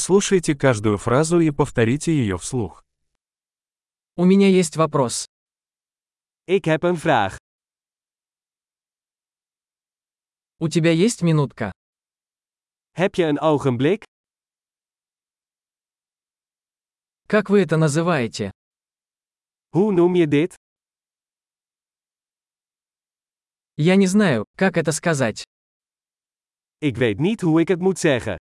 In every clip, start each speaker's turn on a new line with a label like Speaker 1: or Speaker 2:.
Speaker 1: Прослушайте каждую фразу и повторите ее вслух.
Speaker 2: У меня есть вопрос.
Speaker 3: Ik heb een vraag.
Speaker 2: У тебя есть минутка?
Speaker 3: Heb je een ogenblik?
Speaker 2: Как вы это называете?
Speaker 3: Hoe noem je dit?
Speaker 2: Я не знаю, как это сказать.
Speaker 3: Ik weet niet hoe ik het moet zeggen.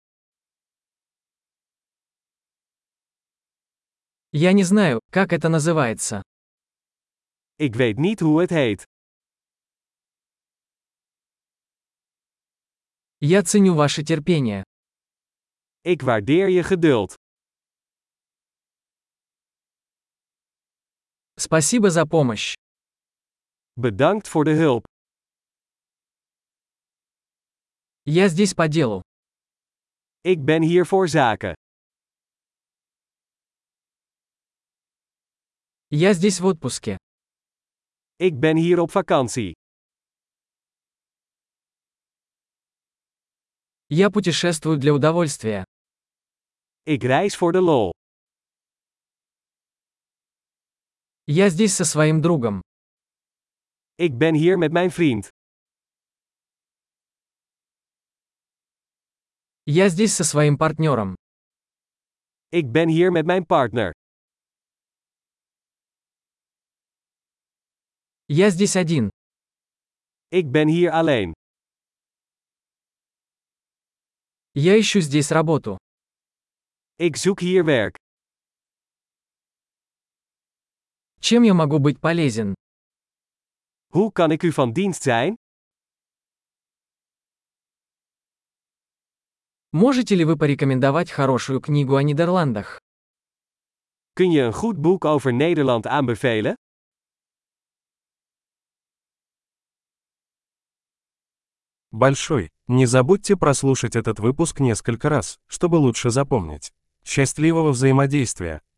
Speaker 2: Я не знаю, как это называется.
Speaker 3: Ik weet niet hoe het heet.
Speaker 2: Я ценю ваше терпение.
Speaker 3: Ik waardeer je geduld.
Speaker 2: Спасибо за помощь.
Speaker 3: Bedankt voor de hulp.
Speaker 2: Я здесь по делу.
Speaker 3: Ik ben hier voor zaken.
Speaker 2: Я здесь в отпуске.
Speaker 3: Ik ben hier op vakantie.
Speaker 2: Я путешествую для удовольствия.
Speaker 3: Ik reis voor de lol.
Speaker 2: Я здесь со своим другом.
Speaker 3: Ik ben hier met mijn vriend.
Speaker 2: Я здесь со своим партнером.
Speaker 3: Ik ben hier met mijn partner.
Speaker 2: Я здесь один.
Speaker 3: Ik ben hier alleen.
Speaker 2: Я ищу здесь работу.
Speaker 3: Ik zoek hier werk.
Speaker 2: Чем я могу быть полезен?
Speaker 3: Hoe kan ik u van dienst zijn?
Speaker 2: Можете ли вы порекомендовать хорошую книгу о Нидерландах?
Speaker 3: Kun je een goed boek over Nederland aanbevelen?
Speaker 1: Большой. Не забудьте прослушать этот выпуск несколько раз, чтобы лучше запомнить. Счастливого взаимодействия!